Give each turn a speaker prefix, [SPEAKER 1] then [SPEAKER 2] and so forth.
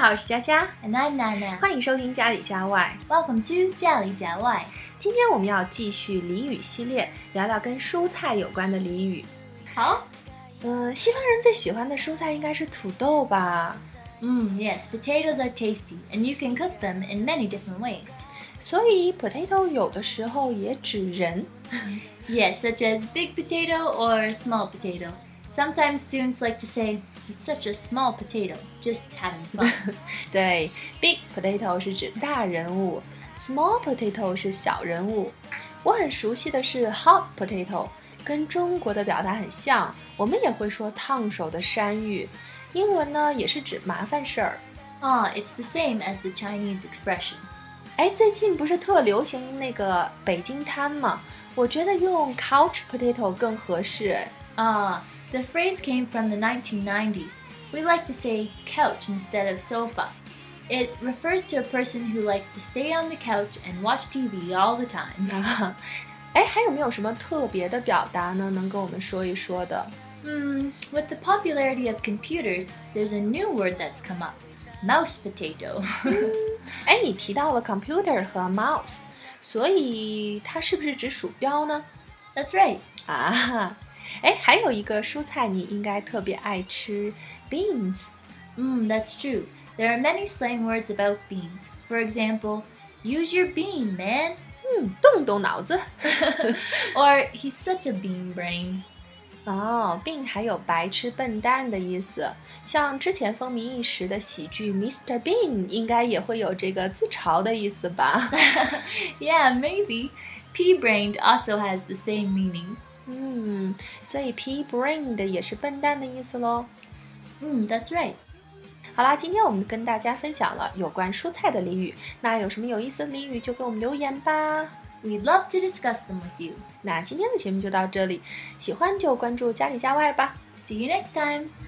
[SPEAKER 1] 好，我是佳佳，
[SPEAKER 2] And I'm Nana.
[SPEAKER 1] 欢迎收听家里家外。
[SPEAKER 2] Welcome to 家里宅外。
[SPEAKER 1] 今天我们要继续俚语系列，聊聊跟蔬菜有关的俚语。
[SPEAKER 2] 好，
[SPEAKER 1] 嗯、西方人最喜欢的蔬菜应该是土豆吧？
[SPEAKER 2] 嗯、y e s potatoes are tasty, and you can cook them in many different ways.
[SPEAKER 1] 所以 potato 有的时候也指人。
[SPEAKER 2] Yes, such as big potato or small potato. Sometimes students like to say, "He's such a small potato, just having fun."
[SPEAKER 1] 对，big potato 是指大人物，small potato 是小人物。我很熟悉的是 hot potato，跟中国的表达很像，我们也会说烫手的山芋。英文呢也是指麻烦事儿。
[SPEAKER 2] Ah, it's the same as the Chinese expression.
[SPEAKER 1] 哎，最近不是特流行那个北京摊吗？我觉得用 couch potato 更合适。哎，
[SPEAKER 2] Ah, the phrase came from the 1990s. We like to say couch instead of sofa. It refers to a person who likes to stay on the couch and watch TV all the time.
[SPEAKER 1] 哎，还有没有什么特别的表达呢？能跟我们说一说的？
[SPEAKER 2] Hmm, with the popularity of computers, there's a new word that's come up mouse potato.
[SPEAKER 1] 哎，你提到了 computer 和 mouse，所以它是不是指鼠标呢？
[SPEAKER 2] that's right.
[SPEAKER 1] 啊，哎，还有一个蔬菜你应该特别爱吃，beans。
[SPEAKER 2] Mm, that's true. There are many slang words about beans. For example, use your bean, man.
[SPEAKER 1] 嗯，动动脑子。
[SPEAKER 2] Or he's such a bean brain.
[SPEAKER 1] 哦，bean 还有白痴、笨蛋的意思。像之前风靡一时的喜剧 Mr. Bean，应该也会有这个自嘲的意思吧？
[SPEAKER 2] Yeah, maybe. Pea brained also has the same meaning.
[SPEAKER 1] 嗯，所以 pea brained 也是笨蛋的意思喽。
[SPEAKER 2] Mm, that's right.
[SPEAKER 1] 好啦，今天我们跟大家分享了有关蔬菜的俚语，那有什么有意思的俚语就给我们留言吧。
[SPEAKER 2] We'd love to discuss them with you.
[SPEAKER 1] 那今天的节目就到这里，喜欢就关注家里家外吧。
[SPEAKER 2] See you next time.